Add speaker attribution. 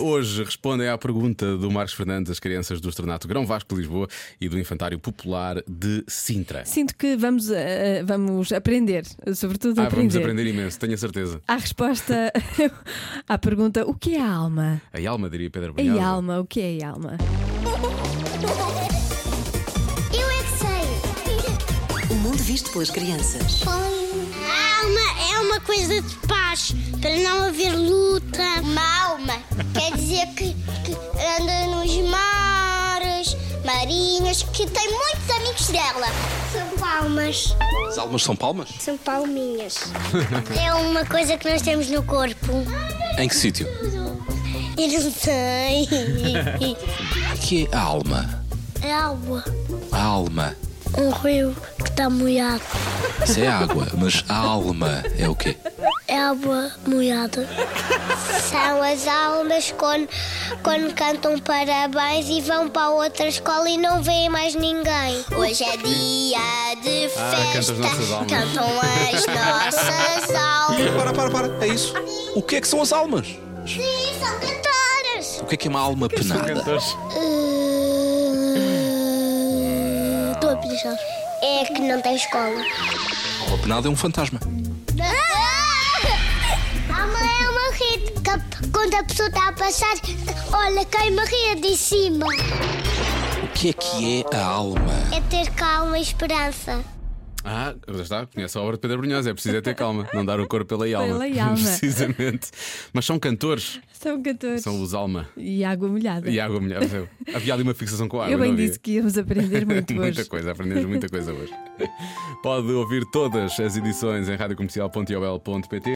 Speaker 1: Hoje respondem à pergunta do Marcos Fernandes as crianças do Estrenato Grão Vasco de Lisboa e do Infantário Popular de Sintra.
Speaker 2: Sinto que vamos, eh, vamos aprender, sobretudo
Speaker 1: Ah, vamos
Speaker 2: aprender.
Speaker 1: aprender imenso, tenho a certeza.
Speaker 2: A resposta à pergunta: o que é a alma?
Speaker 1: A alma, diria Pedro
Speaker 2: A
Speaker 1: Brunhosa.
Speaker 2: alma, o que é a alma?
Speaker 3: Eu é que sei.
Speaker 4: O mundo visto pelas crianças.
Speaker 3: A alma é uma coisa de paz, para não haver luta. Uma alma quer dizer que, que anda nos mares, marinhas, que tem muitos amigos dela. São palmas.
Speaker 5: As almas são palmas?
Speaker 3: São palminhas. é uma coisa que nós temos no corpo.
Speaker 5: Em que sítio?
Speaker 3: Eu não sei.
Speaker 5: O que é a alma?
Speaker 3: É água.
Speaker 5: A alma.
Speaker 3: Um rio que está molhado.
Speaker 5: Isso é água, mas a alma é o quê?
Speaker 3: É água molhada. São as almas quando, quando cantam parabéns e vão para outra escola e não veem mais ninguém. Hoje é dia de
Speaker 1: Ah, cantam
Speaker 3: festa.
Speaker 1: as nossas almas.
Speaker 3: cantam as nossas almas.
Speaker 5: Para, para, para. É isso. O que é que são as almas?
Speaker 3: Sim, são cantoras.
Speaker 5: O que é que é uma alma penada?
Speaker 3: Ah. Estou a pensar. É que não tem escola.
Speaker 5: A alma penada é um fantasma.
Speaker 3: Alma é uma rede que quando a pessoa está a passar, olha, cai uma rede em cima.
Speaker 5: O que é que é a alma?
Speaker 3: É ter calma e esperança.
Speaker 1: Ah, já está, conhece a obra de Pedro Brunhosa, é preciso é ter calma, não dar o corpo pela alma.
Speaker 2: Pela e alma.
Speaker 1: Precisamente. Mas são cantores,
Speaker 2: São 14.
Speaker 1: são os alma.
Speaker 2: E água molhada.
Speaker 1: E água melhor. Havia ali uma fixação com a água.
Speaker 2: Eu bem
Speaker 1: não havia?
Speaker 2: disse que íamos aprender muito hoje.
Speaker 1: muita coisa, aprendemos muita coisa hoje. Pode ouvir todas as edições em radiocomercial.iol.pt